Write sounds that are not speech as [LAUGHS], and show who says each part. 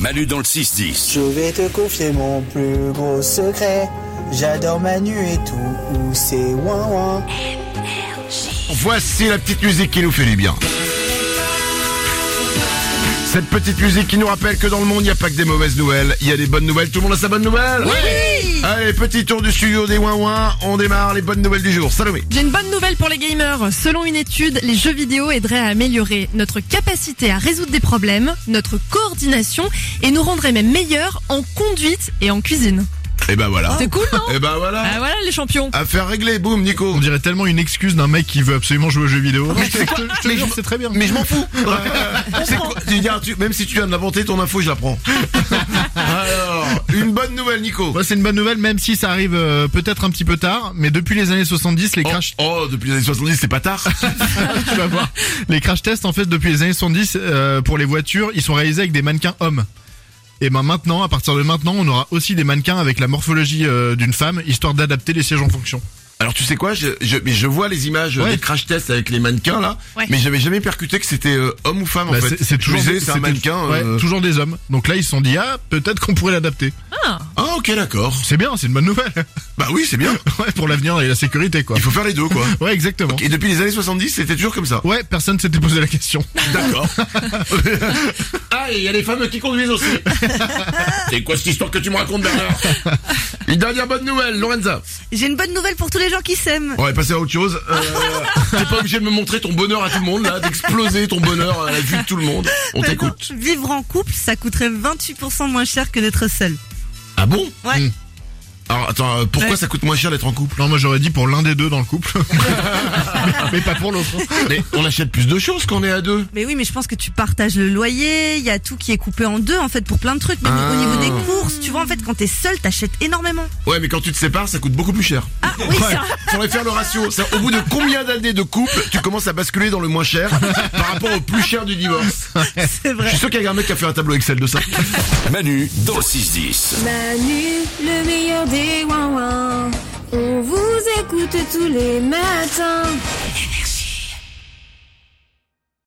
Speaker 1: Manu dans le 6-10.
Speaker 2: Je vais te confier mon plus gros secret. J'adore Manu et tout, où c'est ouin ouin.
Speaker 3: Voici la petite musique qui nous fait du bien. Cette petite musique qui nous rappelle que dans le monde, il n'y a pas que des mauvaises nouvelles, il y a des bonnes nouvelles. Tout le monde a sa bonne nouvelle Oui Allez, petit tour du studio des Ouin on démarre les bonnes nouvelles du jour. Salomé
Speaker 4: J'ai une bonne nouvelle pour les gamers. Selon une étude, les jeux vidéo aideraient à améliorer notre capacité à résoudre des problèmes, notre coordination et nous rendraient même meilleurs en conduite et en cuisine.
Speaker 3: Et ben
Speaker 5: Oh.
Speaker 3: voilà.
Speaker 4: C'est cool,
Speaker 5: [LAUGHS]
Speaker 4: non
Speaker 3: Et ben voilà
Speaker 4: Ah voilà les champions.
Speaker 3: Affaire réglée, boum, Nico
Speaker 6: On dirait tellement une excuse d'un mec qui veut absolument jouer aux jeux vidéo. Je te
Speaker 3: Mais
Speaker 6: jure,
Speaker 3: je-
Speaker 6: c'est très bien.
Speaker 3: Mais je m'en
Speaker 6: [LAUGHS]
Speaker 3: fous C'est quoi Tu dis, ah, tu- Même si tu viens de l'inventer, ton info, je la
Speaker 6: [LAUGHS]
Speaker 3: prends. Alors, une bonne nouvelle, Nico
Speaker 6: Bon, c'est une bonne nouvelle, même si ça arrive euh, peut-être un petit peu tard, mais depuis les années 70, les
Speaker 3: Oh,
Speaker 6: crash, [LAUGHS]
Speaker 3: oh, depuis les années 70, c'est pas tard.
Speaker 6: tu vas voir, les crash tests, en fait, depuis les années 70, euh, pour les voitures, ils sont réalisés avec des mannequins hommes. Et ben maintenant, à partir de maintenant, on aura aussi des mannequins avec la morphologie euh, d'une femme, histoire d'adapter les sièges en fonction.
Speaker 3: Alors tu sais quoi, je, je, mais je vois les images euh,
Speaker 6: Ouais.
Speaker 3: des crash tests avec les mannequins là,
Speaker 4: Ouais.
Speaker 3: mais j'avais jamais percuté que c'était euh, homme ou femme en
Speaker 6: Bah,
Speaker 3: fait.
Speaker 6: c'est- c'est
Speaker 3: Je
Speaker 6: toujours,
Speaker 3: me disais, c'est un
Speaker 6: c'était-
Speaker 3: mannequin.
Speaker 6: ouais,
Speaker 3: euh,
Speaker 6: toujours des hommes. Donc là, ils se sont dit, ah, peut-être qu'on pourrait l'adapter.
Speaker 3: Ah ok d'accord.
Speaker 6: C'est bien, c'est une bonne nouvelle.
Speaker 3: Bah oui c'est bien.
Speaker 6: [LAUGHS] ouais, pour l'avenir et la sécurité, quoi.
Speaker 3: Il faut faire les deux
Speaker 6: [LAUGHS]
Speaker 3: quoi.
Speaker 6: Ouais, exactement.
Speaker 3: Et depuis les années 70 c'était toujours comme ça.
Speaker 6: Ouais, personne s'était posé la question.
Speaker 3: D'accord. [LAUGHS] ah et il y a les femmes qui conduisent aussi. c'est quoi cette histoire que tu me racontes Bernard Une dernière bonne nouvelle Lorenza.
Speaker 5: J'ai une bonne nouvelle pour tous les gens qui s'aiment.
Speaker 3: On va passer à autre chose. Euh, T'es pas obligé de me montrer ton bonheur à tout le monde là, d'exploser ton bonheur à la vue de tout le monde. On
Speaker 5: Pardon,
Speaker 3: t'écoute.
Speaker 5: Vivre en couple, ça coûterait 28% moins cher que d'être seul.
Speaker 3: Ah bon
Speaker 5: Ouais.
Speaker 3: Hmm. Alors attends, euh, pourquoi
Speaker 5: Ouais.
Speaker 3: ça coûte moins cher d'être en couple
Speaker 6: Non, moi j'aurais dit pour l'un des deux dans le couple. mais, mais pas pour l'autre.
Speaker 3: hein Mais on achète plus de choses quand on est à deux.
Speaker 5: Mais oui, mais je pense que tu partages le loyer, il y a tout qui est coupé en deux, en fait, pour plein de trucs. Même
Speaker 3: Ah.
Speaker 5: au niveau des courses, tu vois, en fait, quand t'es seul, t'achètes énormément.
Speaker 3: Ouais, mais quand tu te sépares, ça coûte beaucoup plus cher.
Speaker 5: Ah oui, ça.
Speaker 3: Faudrait faire le ratio. C'est au bout de combien d'années de couple, tu commences à basculer dans le moins cher par rapport au plus cher du divorce.
Speaker 5: C'est
Speaker 3: Je
Speaker 5: vrai.
Speaker 3: suis sûr qu'il y a un mec qui a fait un tableau Excel de ça.
Speaker 1: Manu dans le 6-10.
Speaker 7: Manu, le meilleur des ouin On vous écoute tous les matins.